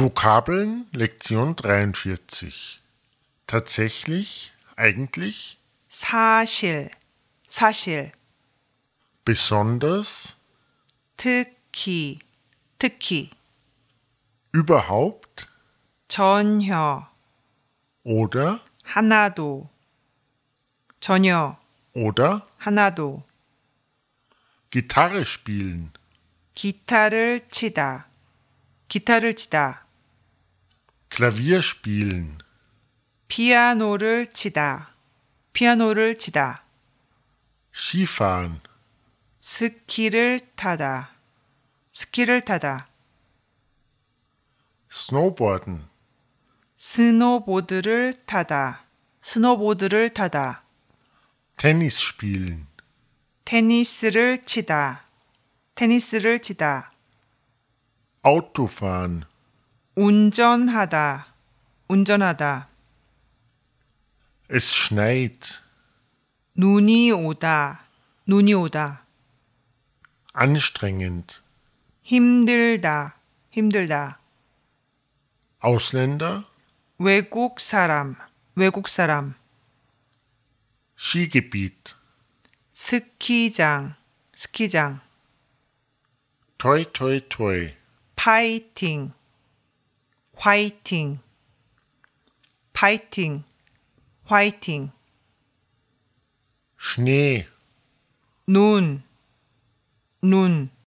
Vokabeln Lektion 43 Tatsächlich, eigentlich, 사실, 사실, besonders, 특히, 특히, überhaupt 전혀, oder 하나도, 전혀, oder 하나도, Gitarre spielen, 기타를 치다, 기타를 치다, Klavier spielen, 피아노를 치다, 피아노를 치다, Skifahren, 스키를 타다, 스키를 타다, Snowboarden, 스노보드를 타다, 스노보드를 타다, Tennis spielen, 테니스를 치다, 테니스를 치다. Autofahren, 운전하다, 운전하다, es schneit, 눈이 오다, 눈이 오다, anstrengend, 힘들다, 힘들다, Ausländer, 외국 사람, 외국 사람, Skigebiet, 스키장, 스키장, toi toi toi, 파이팅, 화이팅, 파이팅, 화이팅, Schnee, 눈, 눈,